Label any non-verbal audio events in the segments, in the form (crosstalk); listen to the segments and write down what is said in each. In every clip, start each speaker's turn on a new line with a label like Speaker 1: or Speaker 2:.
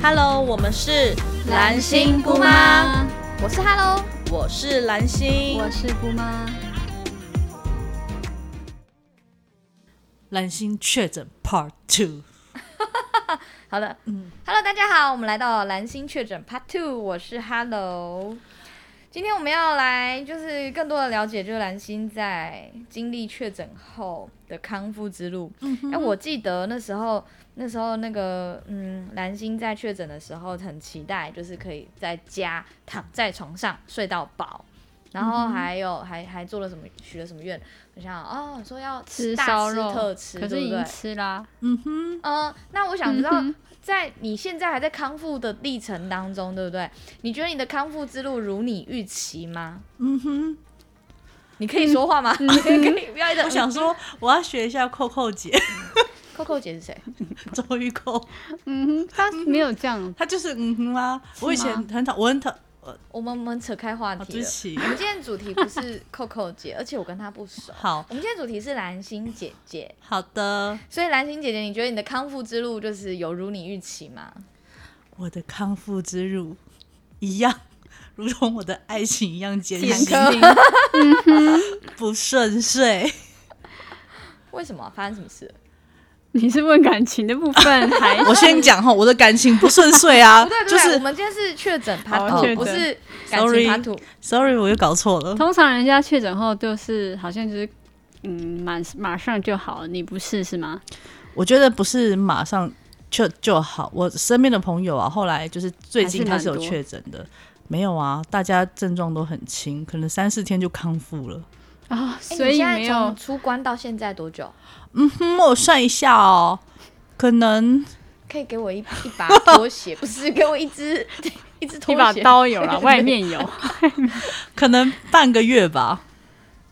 Speaker 1: Hello，我们是
Speaker 2: 蓝心姑妈，我是 Hello，
Speaker 1: 我是蓝心，
Speaker 2: 我是姑妈。
Speaker 1: 蓝心确诊 Part Two。
Speaker 2: 好的，嗯，Hello，大家好，我们来到蓝心确诊 Part Two，我是 Hello。今天我们要来就是更多的了解，就是蓝心在经历确诊后的康复之路。
Speaker 1: 嗯
Speaker 2: 哎、我记得那时候，那时候那个嗯，蓝心在确诊的时候很期待，就是可以在家躺在床上睡到饱。然后还有、还还做了什么许了什么愿？我想想哦，说要
Speaker 3: 吃
Speaker 2: 大
Speaker 3: 烧肉
Speaker 2: 特吃，
Speaker 3: 可是
Speaker 2: 对
Speaker 3: 已
Speaker 2: 不
Speaker 3: 经
Speaker 2: 对
Speaker 3: 吃啦、
Speaker 2: 嗯，那我想知道
Speaker 3: 嗯，
Speaker 2: 在你现在还在康复的历程当中，对不对？你觉得你的康复之路如你预期吗？
Speaker 1: 嗯哼，嗯
Speaker 2: 你可以说话吗？你 (laughs) 可以不要一直
Speaker 1: 我想说我要学一下扣扣姐 (laughs)
Speaker 2: ，Coco 姐是谁？
Speaker 1: 周玉蔻，
Speaker 3: 嗯哼，他没有这样，
Speaker 1: 她就是嗯哼啊。我以前很讨，我很讨，呃，
Speaker 2: 我们我们扯开话
Speaker 1: 好
Speaker 2: 题
Speaker 1: 对不
Speaker 2: 了。
Speaker 1: 起
Speaker 2: 我。们今天主题不是 Coco 姐，而且我跟她不熟。
Speaker 1: 好
Speaker 2: 我们今天主题是蓝心姐姐，
Speaker 1: 好的，
Speaker 2: 所以蓝心姐姐，你觉得你的康复之路就是有如你预期吗？
Speaker 1: 我的康复之路一样，如同我的爱情一样艰
Speaker 2: 坎
Speaker 1: 辛
Speaker 2: 坷，嗯
Speaker 1: 不顺遂。
Speaker 2: 为什么？发生什么事了？
Speaker 3: 你是问感情的部分还
Speaker 2: (laughs)
Speaker 1: 我先讲哈，我的感情不顺遂啊
Speaker 2: 不对，，不
Speaker 1: 就
Speaker 2: 对，我
Speaker 1: 是
Speaker 2: 们今天是确诊爬
Speaker 3: 好
Speaker 2: 图，
Speaker 3: 确诊
Speaker 2: 不是感
Speaker 1: Sorry
Speaker 2: 情爬图。
Speaker 1: sorry，我又搞错了。
Speaker 3: 通常人家确诊后就是好像就是嗯马马上就好，你不是是吗？
Speaker 1: 我觉得不是马上就就好。我身边的朋友啊，后来就是最近开始有确诊的，没有啊，大家症状都很轻，可能三四天就康复了。
Speaker 3: 啊、
Speaker 2: 哎
Speaker 3: 所
Speaker 2: 你
Speaker 3: 以
Speaker 2: 现在
Speaker 3: 没有
Speaker 2: 从出关到现在多久？
Speaker 1: 嗯，我算一下哦，可能
Speaker 2: 可以给我一一把拖鞋，不是给我一只 (laughs) 一只拖
Speaker 3: 一把
Speaker 2: 鞋，
Speaker 3: 刀有
Speaker 2: (laughs)
Speaker 3: 啦，外面有，
Speaker 1: 可能半个月吧，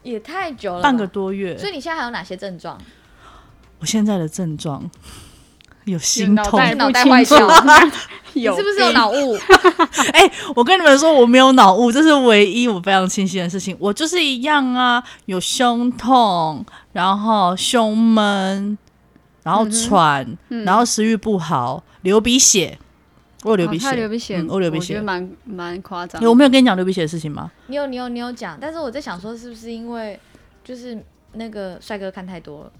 Speaker 2: 也太久了吧，
Speaker 1: 半个多月
Speaker 2: 所。以你现在还有哪些症状？
Speaker 1: 我现在的症状有心
Speaker 3: 脑
Speaker 1: 痛，
Speaker 3: 袋
Speaker 2: 脑
Speaker 3: 不
Speaker 2: 袋
Speaker 3: 清
Speaker 2: 坏
Speaker 3: 楚
Speaker 2: 掉， (laughs) 你
Speaker 3: 有
Speaker 2: 是不是有脑雾？
Speaker 1: (laughs) 哎、我跟你们说，我没有脑雾，这是唯一我非常清晰的事情。我就是一样啊，有胸痛，然后胸闷，然
Speaker 3: 嗯
Speaker 1: 后喘，然后食欲不好，流鼻血。我有流鼻血，
Speaker 3: 哦他流鼻血，
Speaker 1: 嗯我流鼻
Speaker 3: 我觉
Speaker 1: 血
Speaker 3: 得。蛮蛮夸张
Speaker 1: 哎。我没有跟你讲流鼻血的事情吗？
Speaker 2: 你有你有你有讲，但是我在想说，是不是因为就是那个帅哥看太多了？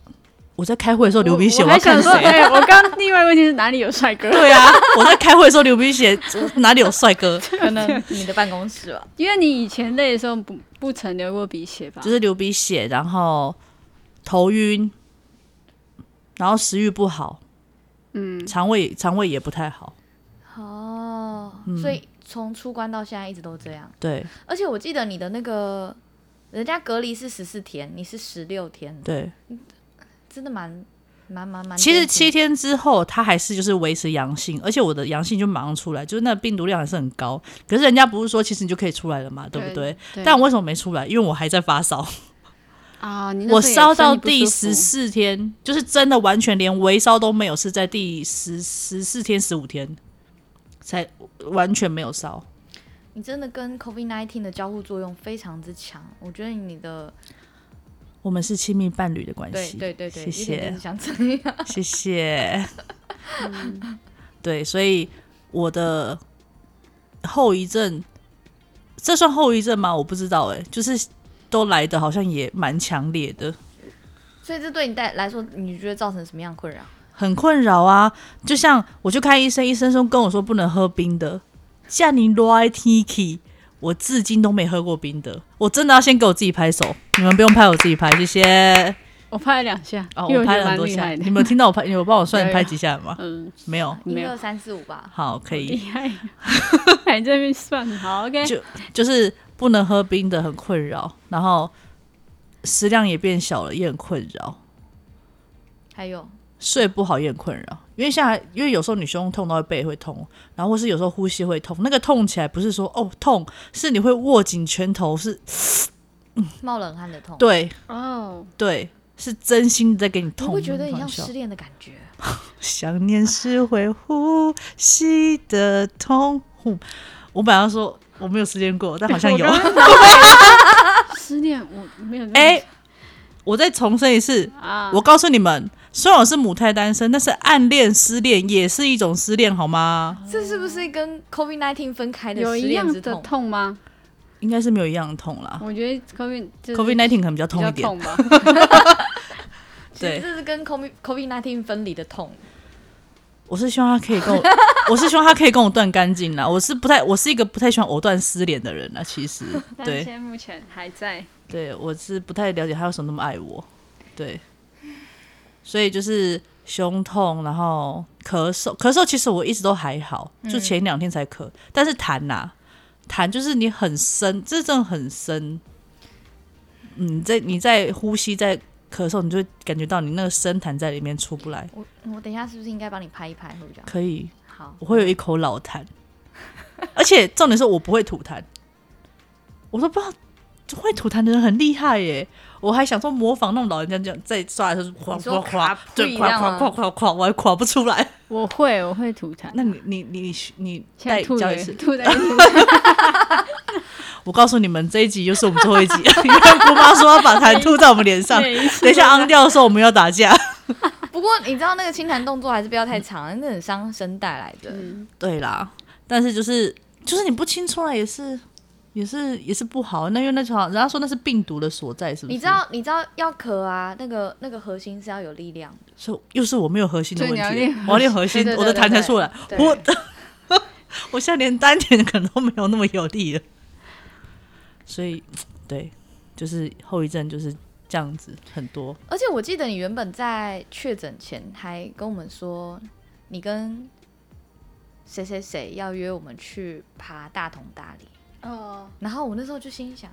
Speaker 1: 我在开会的时候流鼻血，
Speaker 3: 我
Speaker 1: 要
Speaker 3: 还想
Speaker 1: 看
Speaker 3: 说，
Speaker 1: 谁？啊
Speaker 3: 哎、我刚刚另外一个问题是哪里有帅哥？
Speaker 1: 对啊，我在开会的时候流鼻血，哪里有帅
Speaker 3: (laughs)
Speaker 1: 哥？
Speaker 3: 啊
Speaker 2: 可能 (laughs) 你的办公室
Speaker 1: (laughs)
Speaker 2: 吧。
Speaker 3: 因为你以前累的时候不不曾流过鼻血吧？
Speaker 1: 就是流鼻血，然后头晕，然后食欲不好，
Speaker 3: 嗯，
Speaker 1: 肠胃肠胃也不太好。
Speaker 2: 哦，
Speaker 1: 嗯
Speaker 2: 所以从出关到现在一直都这样，
Speaker 1: 对
Speaker 2: 而且我记得你的那个人家隔离是十四天，你是十六天，
Speaker 1: 对，
Speaker 2: 真的蛮蛮蛮蛮。
Speaker 1: 其实七天之后，它还是就是维持阳性，而且我的阳性就马上出来，就是那病毒量还是很高。可是人家不是说其实你就可以出来了嘛，对不对？
Speaker 3: 对
Speaker 1: 但我为什么没出来？因为我还在发烧，
Speaker 3: 啊，你那
Speaker 1: 我
Speaker 3: 时候
Speaker 1: 烧
Speaker 3: 也身体
Speaker 1: 到
Speaker 3: 不
Speaker 1: 第
Speaker 3: 舒服
Speaker 1: 十四天，就是真的完全连微烧都没有，是在第十十四天、十五天才完全没有烧。
Speaker 2: 你真的跟 COVID 1 9的交互作用非常之强，我觉得你的
Speaker 1: 我们是亲密伴侣的关
Speaker 2: 对
Speaker 1: 系，
Speaker 2: 对对对，
Speaker 1: 谢
Speaker 2: 一点就
Speaker 1: 谢，
Speaker 2: 是想这样。 (laughs)
Speaker 1: 谢谢。对，所以我的后遗症，这算后遗症吗？我不知道、欸，哎，就是都来的好像也蛮强烈的，
Speaker 2: 所以这对你带来说，你觉得造成什么样的困扰？
Speaker 1: 很困扰啊。就像我去看医生，医生说跟我说不能喝冰的，像你 right tiki，我至今都没喝过冰的，我真的要先给我自己拍手，你们不用拍，我自己拍，谢谢。
Speaker 3: 我拍了两下，
Speaker 1: 哦，
Speaker 3: 因为
Speaker 1: 我
Speaker 3: 觉
Speaker 1: 拍
Speaker 3: 得
Speaker 1: 了很
Speaker 3: 蛮
Speaker 1: 多
Speaker 3: 厉
Speaker 1: 下，
Speaker 3: 害
Speaker 1: 你
Speaker 3: 的。
Speaker 1: 们有听到我拍，你有帮我算
Speaker 3: 有有
Speaker 1: 拍几下吗？
Speaker 3: 嗯，
Speaker 1: 没有，
Speaker 2: 一
Speaker 3: 没有
Speaker 2: 二三四五吧。
Speaker 1: 好，可以，
Speaker 3: 厉害， (laughs) 还在那边算好 OK。
Speaker 1: 就就是不能喝冰的很困扰，然后食量也变小了，也很困扰，
Speaker 2: 还有，
Speaker 1: 睡不好也很困扰，因为现在因为有时候你胸痛到会背会痛，然后或是有时候呼吸会痛，那个痛起来不是说哦痛，是你会握紧拳头，是
Speaker 2: 哦冒冷汗的痛，
Speaker 1: 对
Speaker 3: 哦，
Speaker 1: 对，是真心在给你
Speaker 2: 你
Speaker 1: 痛，
Speaker 2: 会觉得
Speaker 1: 没有
Speaker 2: 你像
Speaker 1: 开玩笑
Speaker 2: 失恋的感觉。
Speaker 1: 想念是会呼吸的
Speaker 2: (laughs)
Speaker 1: 痛。呼我本来要说我没有失恋过，但好像有
Speaker 3: 我。刚
Speaker 1: (laughs)
Speaker 3: 刚失恋，我没有那么。
Speaker 1: 哎哎、我再重申一次，
Speaker 3: 啊，
Speaker 1: 我告诉你们，虽然我是母胎单身，但是暗恋、失恋也是一种失恋，好吗？
Speaker 2: 这是不是跟 COVID nineteen 分开的
Speaker 3: 有
Speaker 2: 失
Speaker 3: 一
Speaker 2: 恋
Speaker 3: 样
Speaker 2: 之
Speaker 3: 的
Speaker 2: 痛？
Speaker 3: 痛吗？
Speaker 1: 应该是没有一样的痛啦。
Speaker 3: 我觉得 COVID 就是
Speaker 1: COVID nineteen 可能比较
Speaker 3: 比
Speaker 1: 痛
Speaker 3: 较
Speaker 1: 一点，
Speaker 3: 痛
Speaker 1: (laughs)
Speaker 3: 吧。
Speaker 2: 其
Speaker 1: 对
Speaker 2: 实这是跟 COVID COVID nineteen 分离的痛。
Speaker 1: 我是希望他可以跟我， (laughs) 我是希望他可以跟我断干净啦。我是不太，我是一个不太喜欢藕断丝连的人啦。其实，
Speaker 3: (laughs) 但
Speaker 1: 对
Speaker 3: 现在目前还在，
Speaker 1: 对，我是不太了解他为什么那么爱我。对，所以就是胸痛，然后咳嗽，咳嗽其实我一直都还好，就前两天才咳，但是痰呐、痰就是你很深，这真的很深。嗯，在你在呼吸在咳嗽，你就会感觉到你那个深痰在里面出不来。
Speaker 2: 我我等一下是不是应该帮你拍一拍会比较好
Speaker 1: 可以，
Speaker 2: 好？
Speaker 1: 我会有一口老痰，而且重点是我不会吐痰，我都不知道会吐痰的人很厉害耶！我还想说模仿那种老人家这样在刷的时候，哗
Speaker 2: 你说
Speaker 1: 哗哗
Speaker 2: 卡，
Speaker 1: 对，
Speaker 2: 屁
Speaker 1: 哗
Speaker 2: 这样
Speaker 1: 哗
Speaker 2: 吗
Speaker 1: 哗哗哗，我还垮不出来。
Speaker 3: 我会我会吐痰，
Speaker 1: 那你你你你
Speaker 3: 现
Speaker 1: 再
Speaker 3: 在吐
Speaker 1: 教
Speaker 3: 的
Speaker 1: 一次。
Speaker 3: (laughs) 吐在
Speaker 1: (laughs)
Speaker 3: 你的
Speaker 1: 我告诉你们，这一集就是我们最后一集，因为姑妈说要把痰吐在我们脸上。
Speaker 3: 每一次
Speaker 1: 等一下昂掉的时候，我们要打架。
Speaker 2: (laughs) 不过你知道那个清痰动作还是不要太长，那很伤声带来的。
Speaker 3: 嗯
Speaker 1: 对啦，但是就是就是你不清出来也是也是也是不好。那因为那好像人家说那是病毒的所在，是不是？
Speaker 2: 你知道，你知道要咳啊，那个那个核心是要有力量的。
Speaker 1: 所以又是我没有核心的问题
Speaker 3: 对你要
Speaker 1: 了
Speaker 3: 练，
Speaker 1: 我要练核心
Speaker 2: 对，对
Speaker 1: 我
Speaker 2: 对
Speaker 1: 的弹才出来。
Speaker 2: 对
Speaker 1: 我我 (laughs) 现在连丹田可能都没有那么有力了，所以对，就是后遗症就是这样子，很多
Speaker 2: 而且我记得你原本在确诊前还跟我们说，你跟谁谁谁要约我们去爬大同大理，
Speaker 3: 哦，
Speaker 2: 然后我那时候就心想，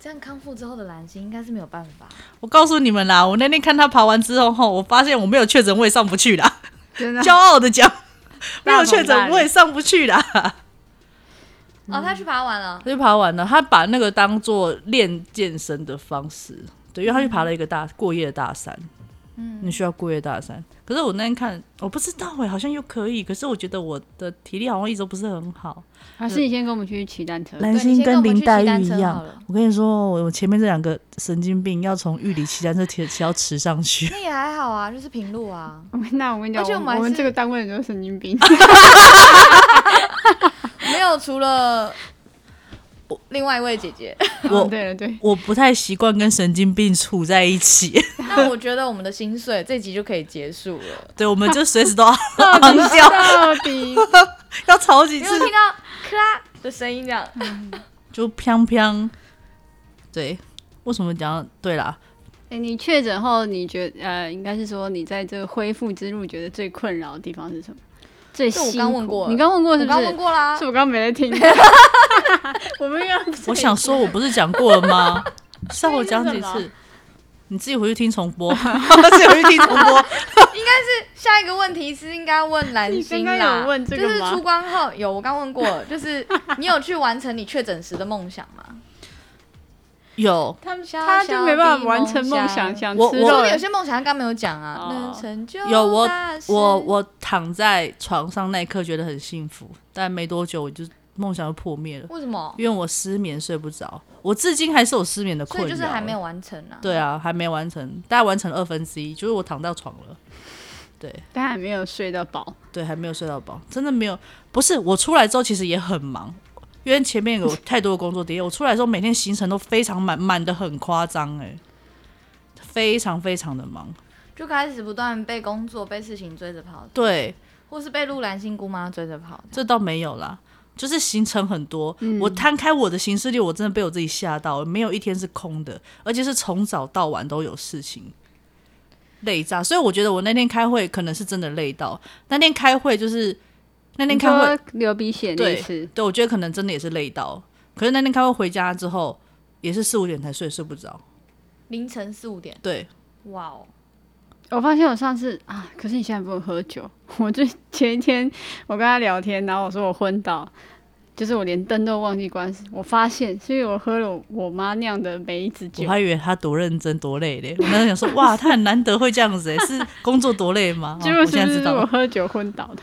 Speaker 2: 这样康复之后的蓝心应该是没有办法。
Speaker 1: 我告诉你们啦，我那天看他爬完之后，吼，我发现我没有确诊，我也上不去啦，
Speaker 3: 真的
Speaker 1: 骄傲的讲，没有
Speaker 3: 大同
Speaker 1: 确
Speaker 3: 大
Speaker 1: 诊
Speaker 3: 理
Speaker 1: 我也上不去啦。
Speaker 2: 哦，他去爬完了，
Speaker 1: 他就爬完了，他把那个当做练健身的方式，对，因为他去爬了一个大过夜的大山，嗯，你需要过夜大山。可是我那天看，我不知道哎、好像又可以，可是我觉得我的体力好像一直都不是很好。
Speaker 3: 还是你先跟我们去骑单车，
Speaker 1: 蓝
Speaker 2: 对你
Speaker 1: 心
Speaker 2: 先跟我们
Speaker 1: 林
Speaker 2: 去
Speaker 1: 黛
Speaker 2: 骑
Speaker 1: 玉
Speaker 2: 单
Speaker 1: 一
Speaker 2: 车
Speaker 1: 样
Speaker 2: 好，了。
Speaker 1: 我跟你说，我我前面这两个神经病要从玉里骑单车骑骑到池上
Speaker 2: (laughs)
Speaker 1: 去，
Speaker 2: 那也还好啊，就是平路啊。
Speaker 3: (laughs) 那我跟你讲，
Speaker 2: 而且我
Speaker 3: 我
Speaker 2: 们还
Speaker 3: 们
Speaker 2: 是
Speaker 3: 这个单位人都是神经病，
Speaker 2: (laughs) 没有，除了另外一位姐姐。
Speaker 1: 我
Speaker 3: (laughs) 对了对，
Speaker 1: 我不太习惯跟神经病处在一起，
Speaker 2: (laughs) 那我觉得我们的心碎这集就可以结束了。
Speaker 1: 对，我们就随时
Speaker 2: (laughs)
Speaker 1: 都要
Speaker 2: 哦
Speaker 3: 到
Speaker 1: 昂
Speaker 3: 底
Speaker 1: 掉，
Speaker 3: 到底
Speaker 1: 要吵几
Speaker 2: 你
Speaker 1: 次
Speaker 2: 有没有听到咔啦的声音？这样，
Speaker 1: 就飘飘。对，为什么讲到？对啦，
Speaker 3: 哎、你确诊后，你觉得呃，应该是说你在这个恢复之路，觉得最困扰的地方是什么？最
Speaker 2: 这我
Speaker 3: 辛苦？
Speaker 2: 刚问过了
Speaker 3: 你刚问过
Speaker 2: (laughs) 我
Speaker 3: 是
Speaker 2: 刚
Speaker 3: 不是？
Speaker 2: 刚问过啊啦
Speaker 3: 是。我刚刚没在 (laughs) 听。我们要
Speaker 1: 我想说，我不是讲过了
Speaker 2: (laughs)
Speaker 1: 吗？是要我讲几
Speaker 3: 所以是什
Speaker 1: 次？你自己回去听重
Speaker 2: (laughs)
Speaker 1: 播， (laughs) 自己回去听重播。
Speaker 2: 下一个问题是应该问蓝心
Speaker 3: 你刚刚
Speaker 2: 啦，
Speaker 3: 有问这
Speaker 2: 就
Speaker 3: 个
Speaker 2: 是
Speaker 3: 吗
Speaker 2: 出关后有，我刚问过 (laughs) 了，就是你有去完成你确诊时的梦想吗？ (laughs)
Speaker 1: 有，
Speaker 3: 他们，(laughs)
Speaker 2: 小
Speaker 3: 他
Speaker 2: 小
Speaker 3: 就没办
Speaker 2: 的
Speaker 3: 法完成梦想，
Speaker 2: 想
Speaker 3: 想
Speaker 1: 我
Speaker 3: 吃
Speaker 1: 我
Speaker 3: 肉
Speaker 2: 说。有些梦想他刚没有讲啊，
Speaker 3: 哦
Speaker 2: 能成就
Speaker 1: 有我
Speaker 2: 哦大事
Speaker 1: 我我躺在床上那一刻觉得很幸福，但没多久我就梦想就破灭了，
Speaker 2: 为什么？
Speaker 1: 因为我失眠睡不着，我至今还是有失眠的
Speaker 2: 所
Speaker 1: 困
Speaker 2: 以
Speaker 1: 扰。
Speaker 2: 就是还没有完成啊。
Speaker 1: 对啊，还没完成，大概完成二分之一，就是我躺到床了。对
Speaker 3: 但还没有睡到饱。
Speaker 1: 对，还没有睡到饱，真的没有。不是我出来之后其实也很忙，因为前面有太多的工作叠， (laughs) 我出来之后每天行程都非常满，满的很夸张哎，非常非常的忙。
Speaker 2: 就开始不断被工作、被事情追着跑，
Speaker 1: 对，
Speaker 2: 或是被陆兰心姑妈追着跑。
Speaker 1: 这倒没有啦，就是行程很多。我摊开我的行事历，我真的被我自己吓到，没有一天是空的，而且是从早到晚都有事情，累炸。所以我觉得我那天开会可能是真的累到，那天开会就是那天
Speaker 3: 你
Speaker 1: 开会，
Speaker 3: 说流鼻血那一
Speaker 1: 对
Speaker 3: 次，
Speaker 1: 对我觉得可能真的也是累到。可是那天开会回家之后，也是四五点才睡，睡不着。
Speaker 2: 凌晨四五点，
Speaker 1: 对，
Speaker 2: 哇哦！
Speaker 3: 我发现我上次啊，可是你现在不能喝酒。 (laughs) 我最前一天我跟他聊天，然后我说我昏倒，就是我连灯都忘记关。我发现，所以我喝了我妈酿的梅子
Speaker 1: 我
Speaker 3: 酒。
Speaker 1: 还以为他多认真多累嘞，我那时候想说，哇，他很难得会这样子欸，是工作多累
Speaker 2: (laughs)
Speaker 1: 吗？
Speaker 3: (laughs) 结
Speaker 1: 哦
Speaker 3: 果
Speaker 1: 我
Speaker 3: 是
Speaker 1: 现
Speaker 3: 不
Speaker 1: 在
Speaker 3: 是
Speaker 1: 知道
Speaker 3: 我
Speaker 1: 了。
Speaker 3: 喝酒昏倒的？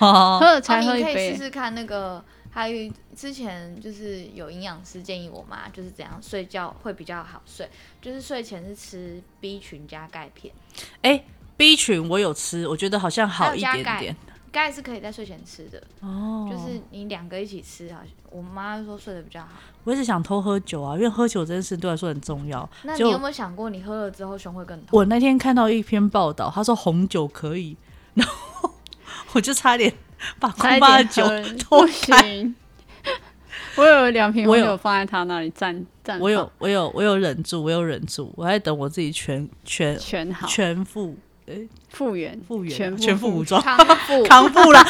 Speaker 1: 哦
Speaker 3: 喝了
Speaker 2: 啊
Speaker 3: 才喝
Speaker 2: 你
Speaker 3: 一
Speaker 2: 可以
Speaker 3: 杯
Speaker 2: 试。试看那个，还有之前就是有营养师建议我妈，就是怎样睡觉会比较好睡，就是睡前是吃 B 群加钙片。
Speaker 1: (laughs) 哎、 B 群我有吃，我觉得好像好一
Speaker 2: 还有加
Speaker 1: 点
Speaker 2: 钙
Speaker 1: 点。
Speaker 2: 钙是可以在睡前吃的，
Speaker 1: 哦，
Speaker 2: 就是你两个一起吃啊。我妈说睡得比较好。
Speaker 1: 我一直想偷喝酒啊，因为喝酒这件事对我来说很重要。
Speaker 2: 那你
Speaker 1: 就
Speaker 2: 有没有想过，你喝了之后胸会更痛？
Speaker 1: 我那天看到一篇报道，他说红酒可以，然后 (laughs) 我就差点把
Speaker 3: 差
Speaker 1: 空
Speaker 3: 一
Speaker 1: 巴的
Speaker 3: 点
Speaker 1: 酒
Speaker 3: 喝
Speaker 1: 偷
Speaker 3: 不
Speaker 1: 开。
Speaker 3: 行。 (laughs) 我有两瓶
Speaker 1: 我
Speaker 3: 红
Speaker 1: 有
Speaker 3: 酒放在他那里站站，
Speaker 1: 我有，我有，我有忍住，我有忍住，我在等我自己全全
Speaker 3: 全好
Speaker 1: 全复
Speaker 3: 复原
Speaker 1: 复原啊，
Speaker 3: 全部
Speaker 1: 全副武装，
Speaker 2: 康复，
Speaker 1: (laughs) 康复啦，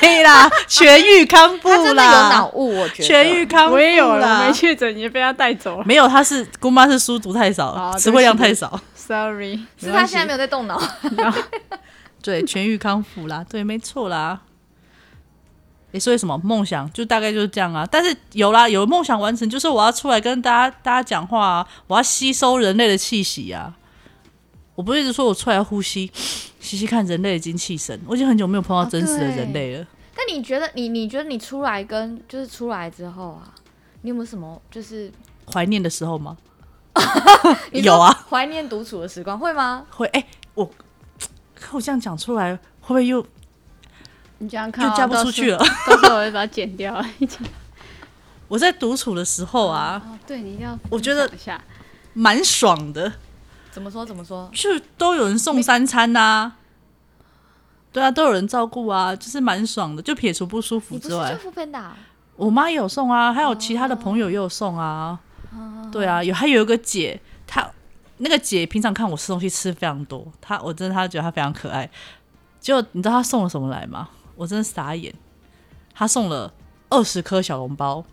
Speaker 1: 对啦，痊愈康复
Speaker 2: 她真的有脑
Speaker 1: 啦，
Speaker 2: 雾，我觉得。
Speaker 1: 痊愈康复啦
Speaker 3: 我也有了，我没确诊，你就被他带走了。
Speaker 1: 没有，他是姑妈是书读太少，
Speaker 3: 哦
Speaker 1: 词汇量
Speaker 3: 对
Speaker 1: 太
Speaker 3: 不
Speaker 1: 少。
Speaker 3: Sorry，
Speaker 2: (laughs) 是她现在没有在动脑。 (laughs)
Speaker 1: 对，痊愈康复啦，对，没错啦。也所以什么梦想，就大概就是这样啊。但是有啦，有梦想完成，就是我要出来跟大家大家讲话啊，我要吸收人类的气息啊。我不是一直说我出来呼吸，吸吸看人类已经气神，我已经很久没有碰到
Speaker 2: 哦
Speaker 1: 真实的
Speaker 2: 对
Speaker 1: 人类了。
Speaker 2: (laughs) 但你觉得，你你觉得你出来跟就是出来之后啊，你有没有什么就是
Speaker 1: 怀、念的时候吗？
Speaker 2: 你说
Speaker 1: 有啊
Speaker 2: 怀念独处的时光会吗？
Speaker 1: 会哎、我可我这样讲出来，会不会又
Speaker 3: 你这样看
Speaker 1: 又
Speaker 2: 哦
Speaker 3: 啊，
Speaker 1: 嫁不出去了？ (laughs)
Speaker 3: 到时候。到时候我会把它剪掉。
Speaker 1: 我在独处的时候啊，
Speaker 3: 哦，对你一定要，
Speaker 1: 我觉得
Speaker 3: 一下，
Speaker 1: 蛮爽的。
Speaker 2: 怎么说怎么说？
Speaker 1: 就都有人送三餐呐、对啊，都有人照顾啊，就是蛮爽的。就撇除不欸舒服
Speaker 2: 你不
Speaker 1: 之
Speaker 2: 是
Speaker 1: 外
Speaker 2: 就，副班长？
Speaker 1: 我妈也有送啊，还有其他的朋友也有送啊。
Speaker 2: 哦
Speaker 1: 对啊，有还有一个姐，她那个姐平常看我吃东西吃非常多，她我真的她觉得她非常可爱。结果你知道她送了什么来吗？我真的傻眼，她送了二十颗小笼包，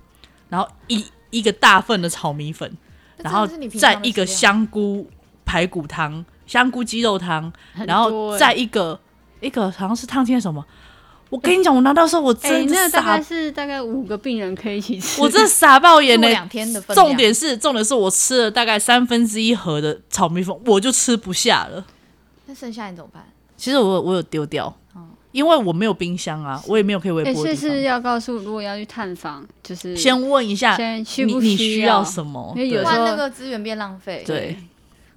Speaker 1: 然后一一个大份的炒米粉，
Speaker 2: 那
Speaker 1: 然
Speaker 2: 真
Speaker 1: 后
Speaker 2: 的是你平
Speaker 1: 再
Speaker 2: 常的
Speaker 1: 一个
Speaker 2: 食量
Speaker 1: 香菇排骨汤、香菇鸡肉汤，
Speaker 3: 很
Speaker 1: 然后
Speaker 3: 多
Speaker 1: 再
Speaker 3: 欸
Speaker 1: 一个一个好像是烫青的什么。我跟你讲，我拿到的时候我
Speaker 3: 哎，
Speaker 1: 真
Speaker 3: 那
Speaker 1: 的
Speaker 3: 个大
Speaker 1: 傻，
Speaker 3: 概是大概五个病人可以一起吃。
Speaker 1: 我真的傻爆眼
Speaker 2: 住
Speaker 1: 呢、
Speaker 2: 两天的分量
Speaker 1: 重点是，重点是我吃了大概三分之一盒的炒米粉，我就吃不下了。
Speaker 2: 那剩下你怎么办？
Speaker 1: 其实我我有丢掉，因为我没有冰箱啊，我也没有可以微
Speaker 3: 哦哎，
Speaker 1: 波
Speaker 3: 所
Speaker 1: 的
Speaker 3: 以
Speaker 1: 地
Speaker 3: 是
Speaker 1: 方。
Speaker 3: 要告诉，如果要去探访，就是
Speaker 1: 先问一下
Speaker 3: 先需
Speaker 1: 你
Speaker 3: 不
Speaker 1: 你
Speaker 3: 需
Speaker 1: 要
Speaker 3: 要
Speaker 1: 什么？
Speaker 3: 因为有
Speaker 2: 不
Speaker 1: 对
Speaker 3: 时候
Speaker 2: 然那个资源变浪费，
Speaker 1: 对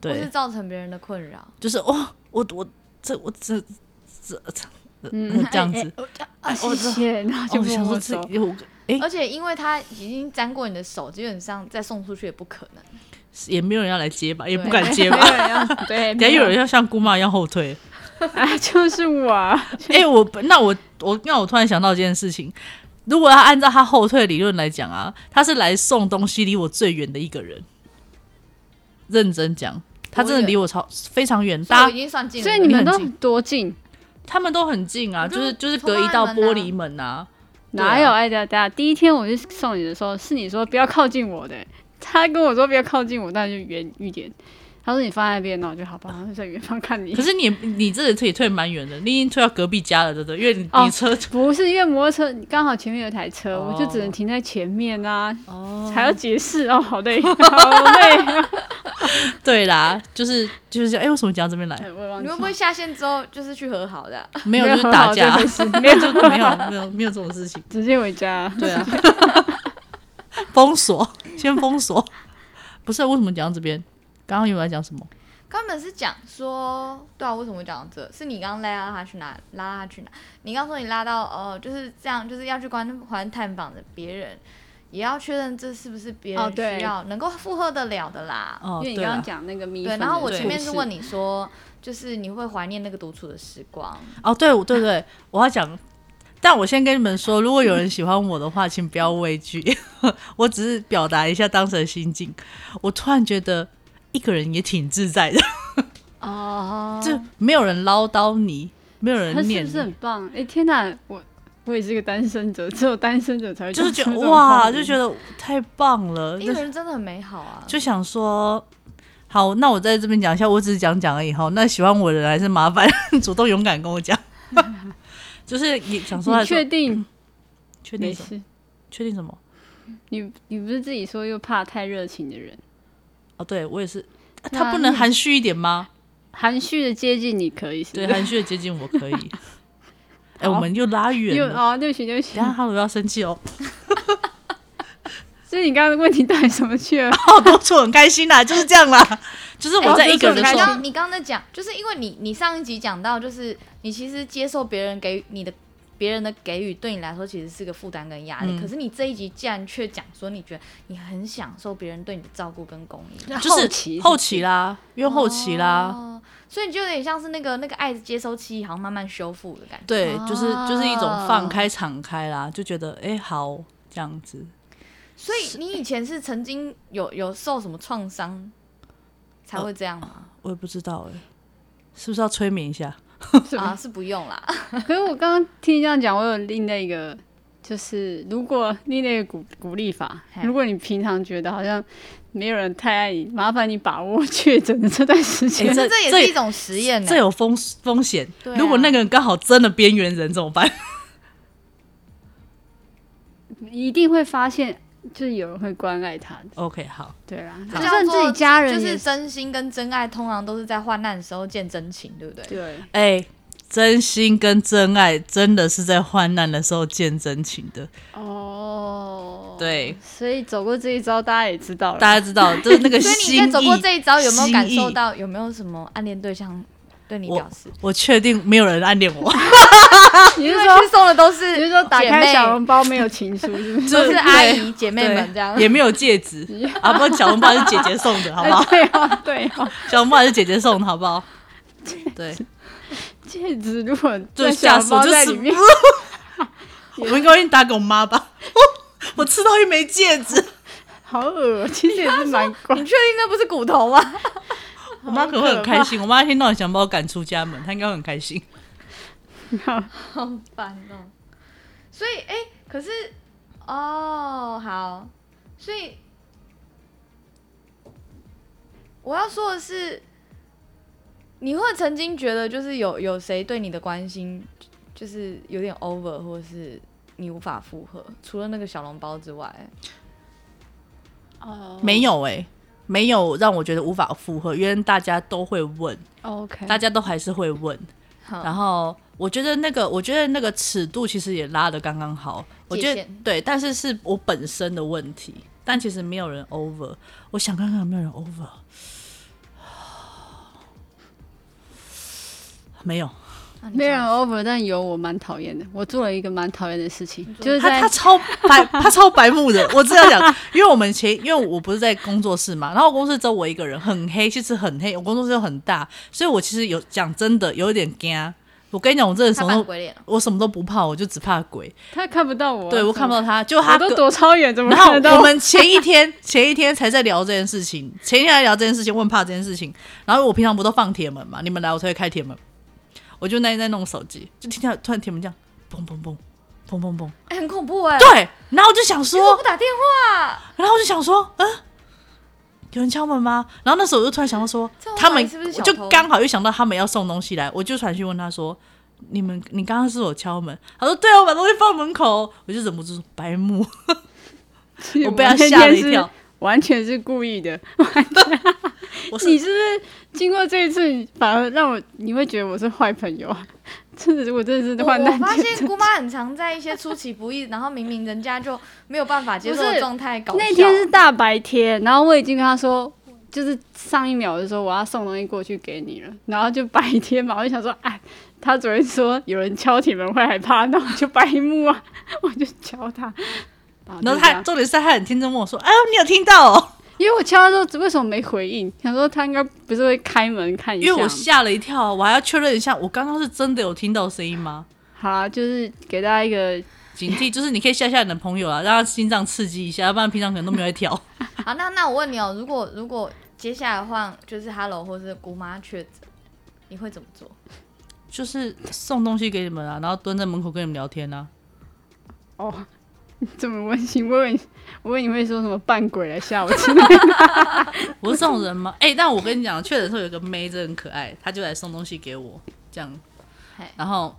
Speaker 2: 或是
Speaker 1: 对，
Speaker 2: 造成别人的困扰。
Speaker 1: 就是哦，我我这我这这这
Speaker 2: 嗯
Speaker 1: 呃这
Speaker 2: 哎
Speaker 1: 样子，
Speaker 3: 啊，谢谢，然后
Speaker 1: 哦
Speaker 3: 就
Speaker 1: 我想说
Speaker 3: 摸
Speaker 1: 这
Speaker 3: 摸 (laughs) 手。
Speaker 1: 有哎
Speaker 2: 而且因为他已经沾过你的手，基本上再送出去也不可能。
Speaker 1: 也没有人要来接吧，也不
Speaker 2: 对
Speaker 1: 敢接
Speaker 3: 没
Speaker 1: 吧。
Speaker 2: (laughs)
Speaker 3: 有人要，对，
Speaker 1: 等
Speaker 3: 没
Speaker 1: 下有人要像姑妈一样后退。
Speaker 3: 啊，就是我，
Speaker 1: 哎、我那我我那我突然想到一件事情，如果要按照他后退的理论来讲啊，他是来送东西离我最远的一个人。认真讲，他真的离我超非常远，
Speaker 2: 所以
Speaker 1: 大
Speaker 2: 我已
Speaker 1: 家
Speaker 2: 经算进了，
Speaker 3: 所以你们
Speaker 1: 很
Speaker 3: 都
Speaker 1: 近
Speaker 3: 多近，
Speaker 1: 他们都很近啊，
Speaker 2: 就
Speaker 1: 就是就是
Speaker 2: 从
Speaker 1: 隔一道
Speaker 2: 外
Speaker 1: 玻
Speaker 2: 门啊
Speaker 1: 璃门啊。对啊
Speaker 3: 哪有爱大家？第一天我去送你的时候，是你说不要靠近我的、他跟我说不要靠近我，那就远一点。他说你放在那边，那我就好吧，我就在远方看你
Speaker 1: 可。是你你这里退也退蛮远的，你已经退到隔壁家了，对不对？因为你、
Speaker 3: 哦
Speaker 1: 你车
Speaker 3: 不是因为摩托车刚好前面有台车，
Speaker 1: 哦
Speaker 3: 我就只能停在前面啊，
Speaker 1: 哦
Speaker 3: 还要解释哦，好
Speaker 1: (laughs)
Speaker 3: 累，好累、啊。
Speaker 1: 对啦，就是就是这样。哎、为什么讲到这边来？
Speaker 3: (laughs) 哎我也忘
Speaker 1: (laughs)
Speaker 2: 你
Speaker 3: 记
Speaker 2: 们不会下线之后就是去和好的啊、 (laughs)
Speaker 1: 没有，就
Speaker 3: 没有
Speaker 1: 是
Speaker 3: 和
Speaker 1: 打
Speaker 3: 好
Speaker 1: 架
Speaker 3: 这回，事
Speaker 1: 没 (laughs) 有就没有没有没有这种事情。
Speaker 3: 直接回家。
Speaker 1: 对啊， (laughs) 封锁，先封锁。不是，为什么讲到这边？刚刚有人在讲什么？
Speaker 2: 根本是讲说，对啊，为什么会讲到这？是你刚刚拉他去哪？拉他去哪？你刚说你拉到呃，就是这样，就是要去关环探访的别人，也要确认这是不是别
Speaker 3: 哦
Speaker 2: 人
Speaker 3: 对
Speaker 2: 需要、能够负荷得了的啦。
Speaker 1: 哦，
Speaker 3: 因为你
Speaker 1: 对
Speaker 3: 刚
Speaker 1: 啊
Speaker 3: 刚，讲那个米
Speaker 2: 对，
Speaker 3: 粉的
Speaker 2: 然后我
Speaker 1: 对
Speaker 2: 前面是
Speaker 3: 故事
Speaker 2: 问你说，就是你会怀念那个独处的时光，
Speaker 1: 哦，对，我对对，我要讲。但我先跟你们说，如果有人喜欢我的话，请不要畏惧。 (laughs) 我只是表达一下当时的心境。我突然觉得一个人也挺自在的， (laughs)
Speaker 3: 哦，
Speaker 1: 就没有人唠叨你，没有
Speaker 3: 他
Speaker 1: 人
Speaker 3: 是
Speaker 1: 念
Speaker 3: 不
Speaker 1: 你，
Speaker 3: 是很棒？哎、天哪，我我也是个单身者，只有单身者才
Speaker 1: (laughs)
Speaker 3: 会
Speaker 1: 就是
Speaker 3: 讲
Speaker 1: 觉得
Speaker 3: 出 (laughs) 这种话
Speaker 1: 哇，
Speaker 3: 语
Speaker 1: 就觉得太棒了。
Speaker 2: 一
Speaker 1: 就
Speaker 2: 个人真的很美好啊。
Speaker 1: 就想说，好，那我在这边讲一下，我只是讲讲而已哈。那喜欢我的人还是麻烦 (laughs) 主动勇敢跟我讲， (laughs) 就是也想说嗯
Speaker 3: 你
Speaker 1: 还
Speaker 3: 确
Speaker 1: 是
Speaker 3: 定
Speaker 1: 确
Speaker 3: 没
Speaker 1: 定什么？
Speaker 3: 事？
Speaker 1: 确定什么？
Speaker 3: 你你不是自己说又怕太热情的人，
Speaker 1: 哦，对我也是，啊
Speaker 3: 对
Speaker 1: 他
Speaker 3: 啊
Speaker 1: 不能
Speaker 3: 你
Speaker 1: 含蓄一点吗？
Speaker 3: 含蓄的接近你可以是不
Speaker 1: 对，
Speaker 3: 是？
Speaker 1: 含蓄的接近我可以。
Speaker 3: (laughs)
Speaker 1: 哎、
Speaker 3: 好
Speaker 1: 我们又拉远
Speaker 3: 又哦
Speaker 1: 了，
Speaker 3: 哦，对不起对不
Speaker 1: (laughs)
Speaker 3: 起
Speaker 1: 等一，下哈鲁要生气哦。
Speaker 3: 所以你刚刚的问题到底什么去了？
Speaker 1: 好多处很开心啦，就是这样啦， (laughs) 就是我在一个人的
Speaker 3: 哎
Speaker 1: 时
Speaker 2: 你
Speaker 3: 我
Speaker 1: 候
Speaker 3: 觉得
Speaker 2: 刚你刚才讲，就是因为你你上一集讲到，就是你其实接受别人给予你的别人的给予，对你来说其实是个负担跟压力。
Speaker 1: 嗯
Speaker 2: 可是你这一集竟然却讲说，你觉得你很享受别人对你的照顾跟供应，
Speaker 1: 就是
Speaker 3: 期
Speaker 1: 后期啦，因为后期啦，
Speaker 2: 哦所以你就有点像是那个那个爱的接收器，好像慢慢修复的感觉。
Speaker 1: 对，就是就是一种
Speaker 2: 啊
Speaker 1: 放
Speaker 3: 哦
Speaker 1: 开、敞开啦，就觉得哎、好这样子。
Speaker 2: 所以你以前是曾经有有受什么创伤才会这样吗？
Speaker 1: 我也不知道哎、是不是要催眠一下？
Speaker 3: 是
Speaker 2: 啊，
Speaker 3: 吧？
Speaker 2: 是不用啦。
Speaker 3: 可是我刚刚听你这样讲，我有另类一个，就是如果另类一个鼓鼓励法
Speaker 2: 嘿，
Speaker 3: 如果你平常觉得好像没有人太爱你，麻烦你把握确诊的这段时
Speaker 1: 哎
Speaker 3: 间。
Speaker 1: 这
Speaker 2: (laughs) 这也
Speaker 1: 这
Speaker 2: 是一种实验呢、
Speaker 1: 这有风风险
Speaker 2: 对，啊
Speaker 1: 如果那个人刚好真的边缘人怎么办？
Speaker 3: 一定会发现，就是有人会关爱他的，
Speaker 1: OK，好，
Speaker 3: 对啦，
Speaker 2: 这
Speaker 3: 就
Speaker 2: 叫
Speaker 3: 算
Speaker 2: 做
Speaker 3: 自己家人
Speaker 2: 就
Speaker 3: 也
Speaker 2: 是真心跟真爱，通常都是在患难的时候见真情，对不对？
Speaker 3: 对，
Speaker 1: 哎、真心跟真爱真的是在患难的时候见真情的，
Speaker 3: 哦，
Speaker 1: 对，
Speaker 3: 所以走过这一招，大家也知道了，
Speaker 1: 大家知道，就是那个
Speaker 2: 哦所以你
Speaker 1: 心
Speaker 2: 在
Speaker 1: 意。
Speaker 2: 走过这一招，有没有感
Speaker 1: 心意
Speaker 2: 受到有没有什么暗恋对象对你
Speaker 1: 我
Speaker 2: 表示？
Speaker 1: 我确定没有人暗恋我，
Speaker 3: 你
Speaker 2: 因
Speaker 3: 是
Speaker 2: 为
Speaker 3: 说
Speaker 2: 去送的都是
Speaker 3: 你是说打
Speaker 2: 姐
Speaker 3: 开
Speaker 2: 妹
Speaker 3: 小笼包没有情书是不是？
Speaker 2: (laughs) 都是
Speaker 1: 对
Speaker 2: 阿姨姐妹
Speaker 1: 对
Speaker 2: 们这样。
Speaker 1: 也没有戒
Speaker 2: (laughs)
Speaker 1: 指啊，不，小红包是姐姐送的， (laughs) 好不好？
Speaker 3: (laughs) 对啊，对啊，
Speaker 1: 小红包是姐姐送的，好 (laughs) 不好？对，
Speaker 3: 戒指如果
Speaker 1: 就
Speaker 3: 在
Speaker 1: 吓
Speaker 3: 小
Speaker 1: 死
Speaker 3: 笼
Speaker 1: 我，
Speaker 3: 包
Speaker 1: 就
Speaker 3: 在
Speaker 1: 是
Speaker 3: 里面，
Speaker 1: 我应该去打给我妈吧。 (laughs) 我吃到一枚戒指，
Speaker 3: 好恶哦，其实也是蛮怪
Speaker 2: 你。确定那不是骨头吗？
Speaker 1: (laughs) 我妈可能会很开心。我妈一天到晚想把我赶出家门，她应该会很开心。
Speaker 2: 好烦哦。所以，哎、可是，哦，好，所以我要说的是，你会曾经觉得就是有有谁对你的关心，就是有点 over，或者是你无法负荷，除了那个小笼包之外，
Speaker 3: 哦
Speaker 1: 没有哎、没有让我觉得无法负荷，因为大家都会问，
Speaker 3: ，OK，
Speaker 1: 大家都还是会问。
Speaker 2: 好
Speaker 1: 然后我觉得那个，我觉得那个尺度其实也拉的刚刚好。我觉
Speaker 2: 界
Speaker 1: 得
Speaker 2: 限
Speaker 1: 对，但是是我本身的问题，但其实没有人 over。我想看看有没有人 over，没有。
Speaker 2: 啊你
Speaker 3: 没有人
Speaker 2: 讲
Speaker 3: over，但有我蛮讨厌的。我做了一个蛮讨厌的事情，
Speaker 2: 做
Speaker 3: 就是
Speaker 1: 他
Speaker 3: 在
Speaker 1: 他超白，
Speaker 2: (laughs)
Speaker 1: 他超白目的。我这样讲，因为我们前，因为我不是在工作室嘛，然后公司只有我一个人，很黑，其实很黑。我工作室又很大，所以我其实有讲真的有一点惊。我跟你讲，我真的什
Speaker 2: 他
Speaker 1: 么
Speaker 2: 扮
Speaker 1: 都
Speaker 2: 鬼脸了，
Speaker 1: 我什么都不怕，我就只怕鬼。
Speaker 3: 他看不到我啊，
Speaker 1: 对我
Speaker 3: 怎
Speaker 1: 看
Speaker 3: 么
Speaker 1: 不到他，就他
Speaker 3: 我都
Speaker 1: 隔。
Speaker 3: 躲超远，怎么
Speaker 1: 然
Speaker 3: 看得
Speaker 1: 后
Speaker 3: 到
Speaker 1: 我？
Speaker 3: (laughs)
Speaker 1: 们前一天 (laughs) 前一天才在聊这件事情，前一天来聊这件事情，问怕这件事情。然后我平常不都放铁门嘛，你们来我才会开铁门。我就那天在弄手机，就听到突然铁门这样砰砰砰砰砰砰，
Speaker 2: 哎、很恐怖哎、你
Speaker 1: 对。啊然后我就想
Speaker 2: 怎么
Speaker 1: 说
Speaker 2: 不，打电话，
Speaker 1: 然后我就想说，嗯，有人敲门吗？然后那时候我就突然想到说
Speaker 2: 这，
Speaker 1: 他们
Speaker 2: 到底是不是小
Speaker 1: 我
Speaker 2: 偷
Speaker 1: 就刚好又想到他们要送东西来，我就传讯问他说，你们你刚刚是我敲门？他说对啊，我把东西放门口，我就忍不住说白目，
Speaker 3: 其实
Speaker 1: 我被他
Speaker 3: 那天
Speaker 1: 吓了一
Speaker 3: 是
Speaker 1: 跳，
Speaker 3: 完全是故意的。
Speaker 1: 我是
Speaker 3: 你是不是经过这一次，反而让我你会觉得我是坏朋友啊？真的是，我真的是
Speaker 2: 我
Speaker 3: 患
Speaker 2: 我
Speaker 3: 难
Speaker 2: 发
Speaker 3: 见
Speaker 2: 现姑妈很常在一些出其不意，然后明明人家就没有办法接受
Speaker 3: 不
Speaker 2: 的
Speaker 3: 是
Speaker 2: 状态搞笑。
Speaker 3: 那天是大白天，然后我已经跟他说，就是上一秒我就说我要送东西过去给你了，然后就白天嘛，我就想说，哎，他昨天说有人敲铁门会害怕，那我就白目啊，我就敲他。
Speaker 2: 哦
Speaker 3: 啊
Speaker 1: 然
Speaker 3: 就
Speaker 1: 后
Speaker 3: 是这
Speaker 1: 他
Speaker 3: 样
Speaker 1: 重点是他很天真问我说：“哎呦，你有听到、哦
Speaker 3: 因为我敲他之后为什么没回应？想说他应该不是会开门看？”一
Speaker 1: 因
Speaker 3: 下
Speaker 1: 为
Speaker 3: 吗。
Speaker 1: 我吓了一跳，我还要确认一下，我刚刚是真的有听到声音吗？
Speaker 3: 好啦，就是给大家一个
Speaker 1: 警
Speaker 2: (laughs)
Speaker 1: 惕，就是你可以吓吓你的朋友啊，让他心脏刺激一下，要不然平常可能都没有在跳。
Speaker 2: 好，那那我问你哦，如果如果接下来换就是 Hello 或是姑妈确诊，你会怎么做？
Speaker 1: 就是送东西给你们啊，然后蹲在门口跟你们聊天啊。
Speaker 3: 哦， (laughs) 这么温馨。我以为你我以为你会说什么扮鬼来吓我，
Speaker 1: (laughs) 我是这种人吗？ (laughs) 哎、但我跟你讲，确诊的时候有个妹真的很可爱，她就来送东西给我，这样
Speaker 2: 嘿。
Speaker 1: 然后，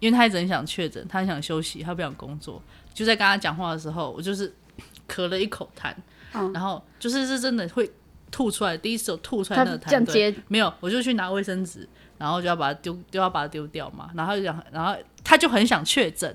Speaker 1: 因为她一直很想确诊，她很想休息，她不想工作。就在跟她讲话的时候，我就是咳了一口痰，
Speaker 3: 嗯
Speaker 1: 然后就是是真的会吐出来，第一次有吐出来
Speaker 3: 她
Speaker 1: 那个痰，
Speaker 3: 这样
Speaker 1: 对
Speaker 3: 接
Speaker 1: 没有，我就去拿卫生纸，然后就要把它丢，就要把它丢掉嘛。然后她就想，然后她就很想确诊，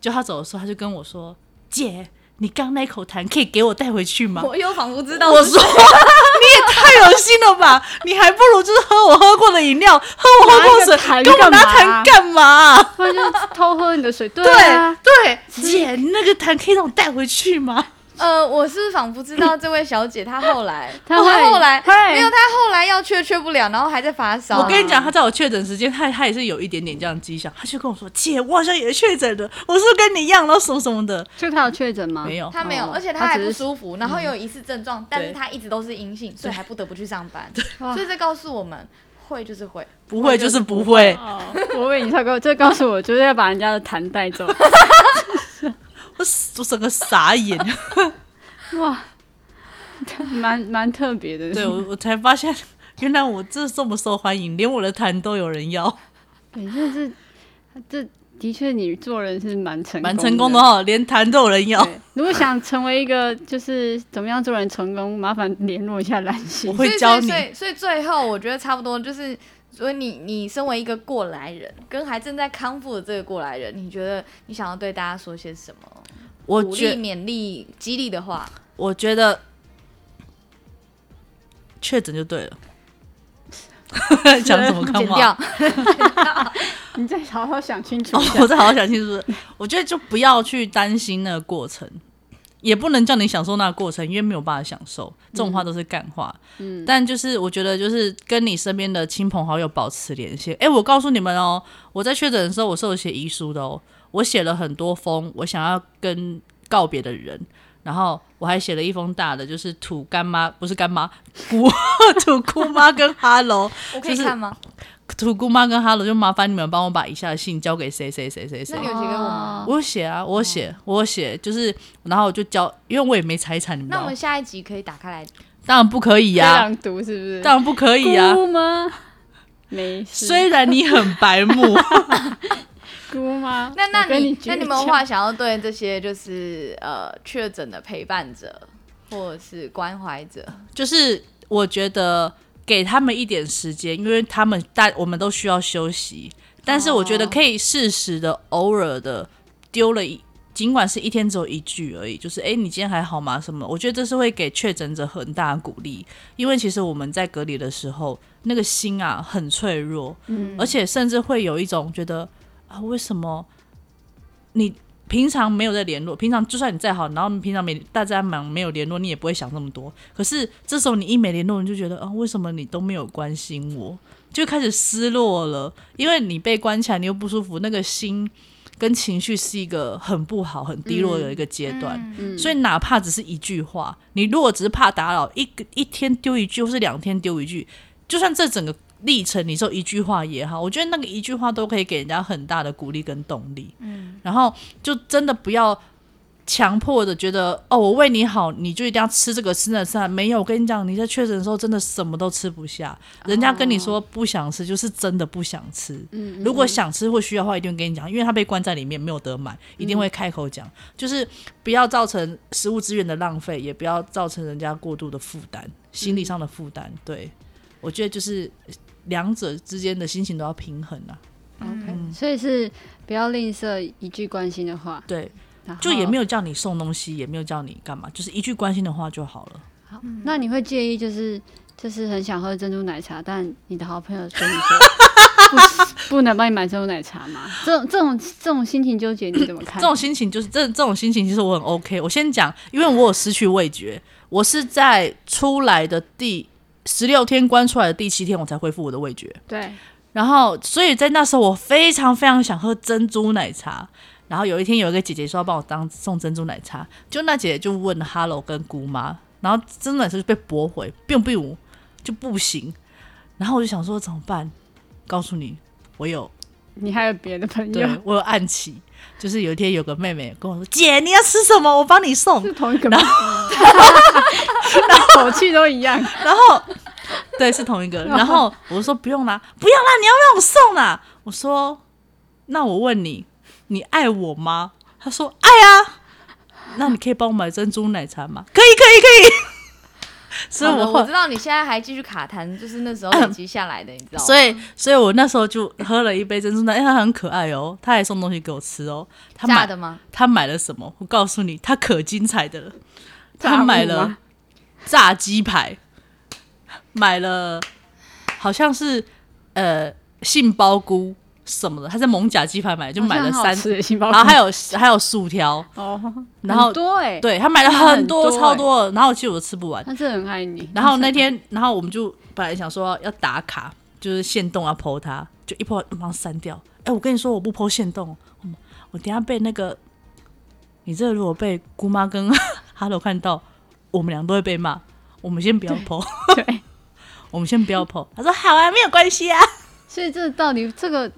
Speaker 1: 就她走的时候，她就跟我说：“姐，你刚那口痰可以给我带回去吗？”
Speaker 2: 我又仿佛知道
Speaker 1: 我说：“ (laughs) 你也太有心了吧！你还不如就是喝我喝过的饮料，喝我喝过的
Speaker 3: 拿
Speaker 1: 水，
Speaker 3: 一个痰
Speaker 1: 跟我拿
Speaker 3: 干嘛
Speaker 1: 痰干嘛
Speaker 3: 不然就是偷喝你的水。？”对
Speaker 1: 对
Speaker 3: 啊，
Speaker 1: 对，姐，那个痰可以让我带回去吗？
Speaker 2: 呃，我是不是仿佛知道这位小姐她后来，
Speaker 3: 她
Speaker 2: 哦
Speaker 3: 会
Speaker 2: 后来
Speaker 3: 会
Speaker 2: 没有，她后来要确确不了，然后还在发烧。
Speaker 1: 我跟你讲，他在我确诊时间，他他也是有一点点这样迹象，他就跟我说：“姐，我好像也确诊了，我是不是跟你一样，然后什么什么的。
Speaker 3: 就他有确诊吗？
Speaker 1: 没有，
Speaker 2: 她没有，
Speaker 3: 哦
Speaker 2: 而且她
Speaker 3: 她
Speaker 2: 还
Speaker 3: 只
Speaker 2: 不
Speaker 3: 是
Speaker 2: 舒服，然后有疑似症状，但是
Speaker 1: 对
Speaker 2: 她一直都是阴性，所以还不得不去上班。
Speaker 3: 哇
Speaker 2: 所以这告诉我们，会就是会，
Speaker 1: 不会就是不会。
Speaker 3: 哦，我以为你要告这告诉我，就是要把人家的痰带走。 (laughs)
Speaker 1: 我我整个傻眼， (laughs)
Speaker 3: 哇，蛮蛮特别的。 (laughs)
Speaker 1: 对我我才发现，原来我这这么受欢迎，连我的痰都有人要，
Speaker 3: 对，这是这的确你做人是蛮成
Speaker 1: 蛮成功的
Speaker 3: 的。
Speaker 1: 哦，连痰都有人要。
Speaker 3: 对，如果想成为一个就是怎么样做人成功，麻烦联络一下蓝心
Speaker 1: 我。会教你
Speaker 2: 所以所以所以所以最后我觉得差不多就是，所以你你身为一个过来人，跟还正在康复的这个过来人，你觉得你想要对大家说些什么？
Speaker 1: 我
Speaker 2: 鼓励、
Speaker 1: 觉
Speaker 2: 勉励、激励的
Speaker 1: (laughs)
Speaker 2: 话，
Speaker 1: 我觉得确诊就对了。讲什么干
Speaker 2: 剪
Speaker 1: 嘛？ (laughs)
Speaker 2: 掉。
Speaker 3: 你再好好想清
Speaker 1: (laughs)
Speaker 3: 楚
Speaker 1: 哦
Speaker 3: 一，下
Speaker 1: 我。再好好想清楚。我觉得就不要去担心那个过程，也不能叫你享受那个过程，因为没有办法享受。这种话都是干话。嗯，但就是我觉得，就是跟你身边的亲朋好友保持联系。哎、我告诉你们哦，我在确诊的时候，我是有写遗书的哦，我写了很多封，我想要跟告别的人。然后我还写了一封大的，就是土干妈，不是干妈，姑 (laughs) 土姑妈跟哈喽， (laughs)
Speaker 2: 我可以看吗？
Speaker 1: 土姑妈跟哈喽，就麻烦你们帮我把以下的信交给谁谁谁谁谁
Speaker 2: 那。你有写给我吗？
Speaker 1: 我有写啊，我有
Speaker 2: 哦
Speaker 1: 写，我有写，就是然后我就交，因为我也没财产，你知
Speaker 2: 那
Speaker 1: 道
Speaker 2: 我
Speaker 1: 吗
Speaker 2: 们？下一集可以打开来。
Speaker 1: 当然不可以
Speaker 3: 可以
Speaker 1: 呀、啊，
Speaker 3: 朗读是不是？
Speaker 1: 当然不可以
Speaker 2: (laughs)
Speaker 1: 呀、啊。
Speaker 3: 姑吗？没事。
Speaker 1: 虽然你很白目，
Speaker 3: 姑吗？
Speaker 2: 那那
Speaker 3: 我跟
Speaker 2: 你
Speaker 3: 你
Speaker 2: 那你们有话想要对这些就是呃确诊的陪伴者或者是关怀者，
Speaker 1: 就是我觉得给他们一点时间，因为他们大我们都需要休息，但是我觉得可以适时的、偶尔的丢了一。尽管是一天只有一句而已，就是诶，你今天还好吗？什么？我觉得这是会给确诊者很大的鼓励，因为其实我们在隔离的时候，那个心啊很脆弱，
Speaker 3: 嗯
Speaker 1: 而且甚至会有一种觉得啊，为什么你平常没有在联络，平常就算你再好，然后你平常没大家忙没有联络，你也不会想那么多。可是这时候你一没联络，你就觉得啊，为什么你都没有关心我，就开始失落了。因为你被关起来，你又不舒服，那个心跟情绪是一个很不好、很低落的一个阶段。所以哪怕只是一句话，你如果只是怕打扰，一个一天丢一句，或是两天丢一句，就算这整个历程你说一句话也好，我觉得那个一句话都可以给人家很大的鼓励跟动力。嗯，然后就真的不要强迫的觉得哦，我为你好，你就一定要吃这个吃那个吃那个。没有，我跟你讲，你在确诊的时候真的什么都吃不下，人家跟你说不想吃，就是真的不想吃。哦嗯，如果想吃或需要的话，一定会跟你讲，因为他被关在里面没有得买，一定会开口讲。就是不要造成食物资源的浪费，也不要造成人家过度的负担，心理上的负担。对，我觉得就是两者之间的心情都要平衡啊。
Speaker 3: OK，所以是不要吝啬一句关心的话，
Speaker 1: 对，
Speaker 3: 然后
Speaker 1: 就也没有叫你送东西，也没有叫你干嘛，就是一句关心的话就好了。
Speaker 3: 好。那你会介意就是就是很想喝珍珠奶茶，但你的好朋友跟你说不不能帮你买珍珠奶茶吗？这种这种这种心情纠结你怎么看？
Speaker 1: 这种心情就是这这种心情，其实我很 OK。我先讲，因为我有失去味觉，我是在出来的第十六天关出来的第七天，我才恢复我的味觉。
Speaker 3: 对，
Speaker 1: 然后，所以在那时候，我非常非常想喝珍珠奶茶。然后有一天，有一个姐姐说要帮我当送珍珠奶茶，就那姐姐就问 Hello 跟姑妈，然后珍珠奶茶就被驳回，并不就不行。然后我就想说怎么办？告诉你，我有
Speaker 3: 你还有别的朋
Speaker 1: 对
Speaker 3: 友
Speaker 1: 我有暗棋，就是有一天有个妹妹跟我说：“姐，你要吃什么？我帮你送。”
Speaker 3: 是同一个吗？ (laughs) 然后口气都一样，
Speaker 1: 然后对，是同一个。然后我说不用啦，不用啦，你要让我送啦。我说那我问你，你爱我吗？他说爱啊。那你可以帮我买珍珠奶茶吗？可以，可以，可以。 (laughs) (laughs) 所以我
Speaker 2: 好哦的我
Speaker 1: 后
Speaker 2: 知道你现在还继续卡痰，就是那时候
Speaker 1: (coughs)
Speaker 2: 累积下来的，你知道吗？
Speaker 1: 所以，所以我那时候就喝了一杯珍珠奶，因为它很可爱哦，他还送东西给我吃哦。他
Speaker 2: 假
Speaker 1: 买
Speaker 2: 的吗？
Speaker 1: 他买了什么？我告诉你，他可精彩的了。他
Speaker 3: 炸物
Speaker 1: 买了
Speaker 3: 吗
Speaker 1: 炸鸡排，买了好像是呃杏鲍菇什么的，他在蒙甲鸡排买，就买了
Speaker 3: 好像很
Speaker 1: 三
Speaker 3: 好吃的杏鲍
Speaker 1: 然
Speaker 3: 菇，
Speaker 1: 后还有还有薯条，
Speaker 3: 哦，
Speaker 1: 然后
Speaker 3: 很多哎，，
Speaker 1: 对他买了
Speaker 3: 他很
Speaker 1: 很多
Speaker 3: 多
Speaker 1: 超
Speaker 3: 欸
Speaker 1: 多的，然后其实我吃不完。
Speaker 3: 他是很爱你。
Speaker 1: 然后那天，然后我们就本来想说要打卡，就是限动要 PO 他，就一 PO 马上删掉。哎、我跟你说，我不 PO 限动，我我等一下被那个你这如果被姑妈跟 (laughs) 哈喽看到，我们俩都会被骂。我们先不要 PO，
Speaker 3: 对，
Speaker 1: (laughs) 我们先不要 PO。他说好啊，没有关系啊。
Speaker 3: 所以这到底这个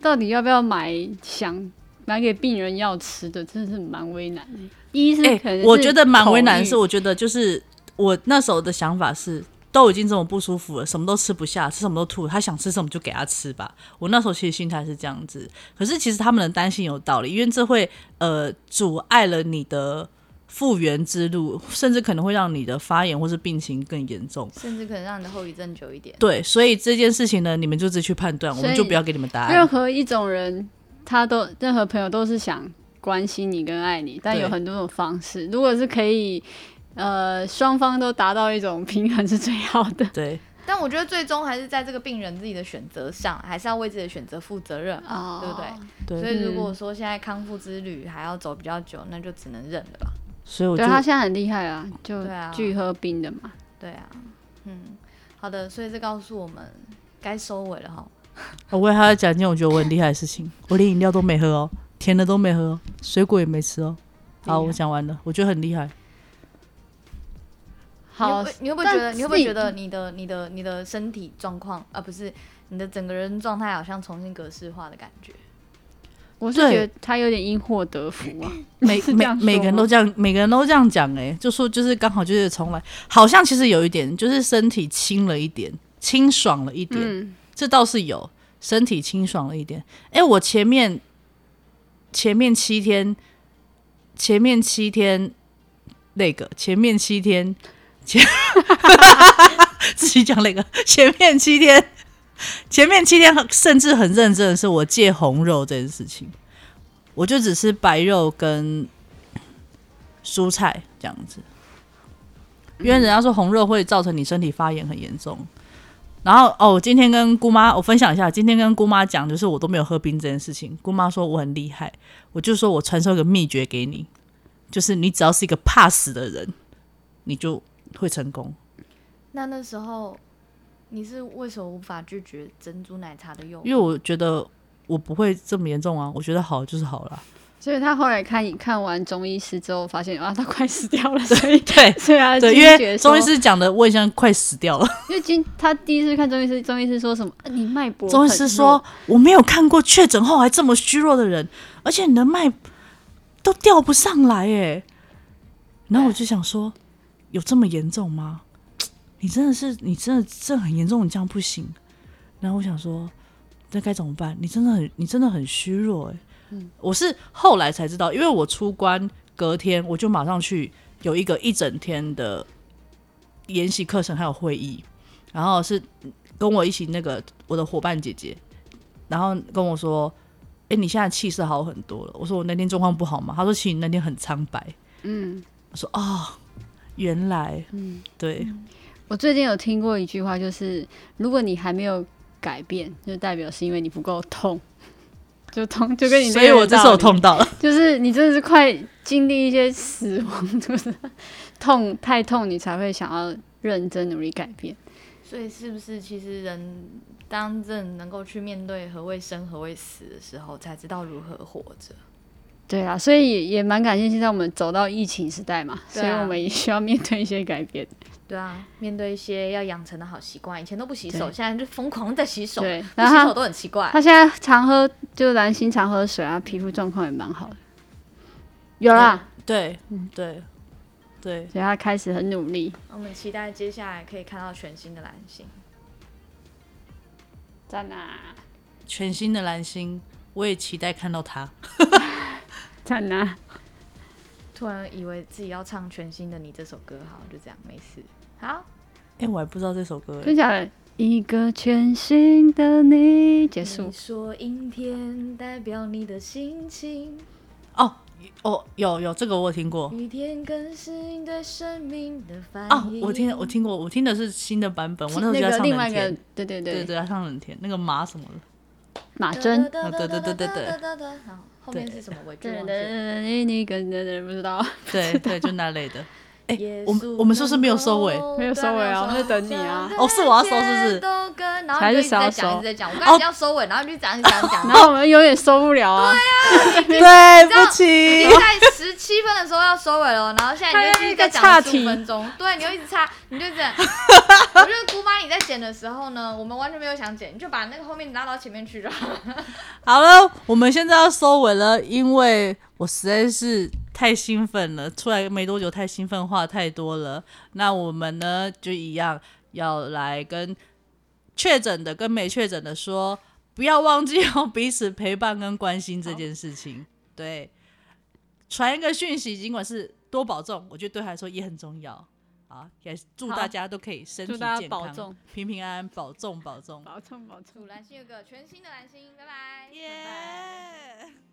Speaker 3: 到底要不要买想买给病人要吃的，真的是蛮为难的。一是
Speaker 1: 哎、
Speaker 3: 可能是
Speaker 1: 我觉得蛮为难的是，
Speaker 3: 口欲
Speaker 1: 我觉得就是我那时候的想法是，都已经这么不舒服了，什么都吃不下，吃什么都吐，他想吃什么就给他吃吧。我那时候其实心态是这样子，可是其实他们的担心有道理，因为这会呃阻碍了你的。复原之路，甚至可能会让你的发炎或是病情更严重。
Speaker 2: 甚至可能让你的后遗症久一点。
Speaker 1: 对，所以这件事情呢，你们就自己去判断，我
Speaker 3: 所
Speaker 1: 们
Speaker 3: 以
Speaker 1: 就不要给你们答
Speaker 3: 任
Speaker 1: 案。
Speaker 3: 何一种人，他都任何朋友都是想关心你跟爱你，但
Speaker 1: 对
Speaker 3: 有很多种方式。如果是可以，呃，双方都达到一种平衡是最好的。
Speaker 1: 对，
Speaker 2: 但我觉得最终还是在这个病人自己的选择上，还是要为自己的选择负责任嘛，
Speaker 3: 哦
Speaker 2: 对不对？
Speaker 1: 对
Speaker 2: 所以如果
Speaker 3: 嗯
Speaker 2: 说现在康复之旅还要走比较久，那就只能认了吧。
Speaker 1: 所以我就
Speaker 3: 对他现在很厉害啊，就
Speaker 2: 对啊
Speaker 3: 拒喝冰的嘛。
Speaker 2: 对啊，嗯，好的，所以这告诉我们该收尾了哈。
Speaker 1: 我为他讲一件我觉得我很厉害的事情，我连饮料都没喝哦，甜的都没喝哦，水果也没吃哦。好，
Speaker 3: 厉害
Speaker 1: 我讲完了，我觉得很厉害。
Speaker 3: 好，
Speaker 2: 你会不会你会不会
Speaker 3: 但
Speaker 2: 觉得你会不会
Speaker 3: 自己
Speaker 2: 觉得你的你的你的身体状况啊，不是你的整个人状态好像重新格式化的感觉？
Speaker 3: 我是
Speaker 1: 对
Speaker 3: 觉得他有点因祸得福啊。
Speaker 1: 每
Speaker 3: (laughs) 是这
Speaker 1: 每
Speaker 3: 样说
Speaker 1: 每个人
Speaker 3: 吗
Speaker 1: 都这样，每个人都这样讲，哎，就说就是刚好就是从来，好像其实有一点就是身体轻了一点，清爽了一点，
Speaker 3: 嗯，
Speaker 1: 这倒是有，身体清爽了一点。哎，我前面前面七天，前面七天那个前面七天前 (laughs) 自己讲那个前面七天，前面七天甚至很认真的是我戒红肉这件事情，我就只吃白肉跟蔬菜这样子。因为人家说红肉会造成你身体发炎很严重，然后哦，我今天跟姑妈我分享一下，今天跟姑妈讲，就是我都没有喝冰这件事情。姑妈说我很厉害，我就说我传授一个秘诀给你，就是你只要是一个怕死的人，你就会成功。
Speaker 2: 那那时候你是为什么无法拒绝珍珠奶茶的诱惑？
Speaker 1: 因为我觉得我不会这么严重啊，我觉得好就是好啦。
Speaker 3: 所以他后来看看完中医师之后，发现啊，他快死掉了，所以 (laughs)
Speaker 1: 对
Speaker 3: 所以他
Speaker 1: 对，
Speaker 3: 惊
Speaker 1: 因
Speaker 3: 觉
Speaker 1: 为
Speaker 3: 说
Speaker 1: 中医师讲的我已经快死掉了。
Speaker 3: 因为今他第一次看中医师，中医师说什么？啊你脉搏很
Speaker 1: 中
Speaker 3: 弱。
Speaker 1: 医师说我没有看过确诊后还这么虚弱的人，而且你的脉都吊不上来哎。然后我就想说，有这么严重吗？你真的是，你真的这很严重，你这样不行。然后我想说，那该怎么办？你真的很，你真的很虚弱哎、
Speaker 3: 嗯
Speaker 1: 我是后来才知道，因为我出关隔天我就马上去有一个一整天的研习课程，还有会议，然后是跟我一起那个我的伙伴姐姐，然后跟我说：“哎、你现在气色好很多了。”我说：“我那天状况不好嘛。”她说：“其实你那天很苍白。”
Speaker 3: 嗯，
Speaker 1: 我说：“哦，原来，嗯，对，
Speaker 3: 我最近有听过一句话，就是如果你还没有改变，就代表是因为你不够痛， (laughs) 就痛就跟你
Speaker 1: 所以我这
Speaker 3: 这
Speaker 1: 次我痛，到了。
Speaker 3: 就是你真的是快经历一些死亡，就是痛太痛，你才会想要认真努力改变。
Speaker 2: 所以是不是其实人当人能够去面对何谓生何谓死的时候，才知道如何活着？
Speaker 3: 对啊，所以也也蛮感谢现在我们走到疫情时代嘛，
Speaker 2: 对
Speaker 3: 所
Speaker 2: 啊
Speaker 3: 以我们也需要面对一些改变。
Speaker 2: 对啊，面对一些要养成的好习惯，以前都不洗手，
Speaker 3: 对
Speaker 2: 现在就疯狂在洗手，
Speaker 3: 对
Speaker 2: 不
Speaker 3: 然
Speaker 2: 洗
Speaker 3: 后
Speaker 2: 手都很奇怪。
Speaker 3: 他现在常喝，就蓝心常喝水啊，皮肤状况也蛮好的。有啦，
Speaker 1: 对，对，对，
Speaker 3: 所以他开始很努力。
Speaker 2: 我们期待接下来可以看到全新的蓝星。
Speaker 3: 赞啊，
Speaker 1: 全新的蓝星，我也期待看到他。
Speaker 3: 赞啊！
Speaker 2: 突然以为自己要唱《全新的你》这首歌，好，就这样，没事。好，
Speaker 1: 哎、我还不知道这首歌、
Speaker 3: 真假的？一个全新的你结束
Speaker 2: 你，说阴天代表你的心情，
Speaker 1: 哦哦，有有这个我有听
Speaker 3: 嗯
Speaker 1: 过。
Speaker 2: 雨天更是你对生命的反
Speaker 1: 哦，
Speaker 2: 应。
Speaker 1: 我听我听过，我听的是新的版本，我那时候
Speaker 3: 那
Speaker 1: 就在
Speaker 3: 个
Speaker 1: 唱
Speaker 3: 另
Speaker 1: 冷
Speaker 3: 外一个
Speaker 1: 甜，，
Speaker 3: 对对
Speaker 1: 对
Speaker 3: 对，
Speaker 1: 对，在唱冷甜，那个马什么的，啊
Speaker 3: 马真。
Speaker 2: 哒哒哒哒哒哒哒哒然后后面
Speaker 1: 对
Speaker 2: 是什么？我也
Speaker 3: 对
Speaker 2: 忘记了。
Speaker 3: 对，那个不知道，
Speaker 1: 对对，就那类的。哎、
Speaker 2: 耶
Speaker 1: 我
Speaker 2: 稣
Speaker 1: 们我们是不是没有收尾？
Speaker 2: 能够
Speaker 3: 没有收尾啊我们在等你啊
Speaker 1: 哦是我要收是不哦是
Speaker 2: 都跟然后
Speaker 3: 还
Speaker 2: 你
Speaker 3: 是
Speaker 2: 就一
Speaker 3: 想
Speaker 2: 直在讲，
Speaker 3: 要
Speaker 2: 一直在讲。我刚才要收尾，然后你就讲一直讲一直
Speaker 1: (laughs)
Speaker 2: 讲。
Speaker 3: 然后我们永远收不了啊！
Speaker 1: (laughs) 对
Speaker 2: 知道
Speaker 1: 不起
Speaker 2: 已，经在十七分的时候要收尾了，然后现在你就继续再
Speaker 3: 还
Speaker 2: 讲
Speaker 3: 要一个岔
Speaker 2: 十五
Speaker 3: 题
Speaker 2: 分钟，对，你就一直插，你就
Speaker 1: (laughs)
Speaker 2: 这样。我觉得姑妈你在剪的时候呢，我们完全没有想剪，你就把那个后面拉到前面去就好了。 (laughs)
Speaker 1: 好了，我们现在要收尾了，因为我实在是太兴奋了，出来没多久太兴奋，话太多了。那我们呢，就一样要来跟确诊的跟没确诊的说，不要忘记要彼此陪伴跟关心这件事情。对，传一个讯息，尽管是多保重，我觉得对他来说也很重要。好，也祝
Speaker 3: 好
Speaker 1: 大家都可以身体
Speaker 3: 祝
Speaker 1: 健
Speaker 3: 大
Speaker 1: 康，
Speaker 3: 家保重，
Speaker 1: 平平安安，保重保重。
Speaker 3: 保重保重。
Speaker 2: 祝蓝心有个全新的蓝心，拜拜，
Speaker 1: 耶。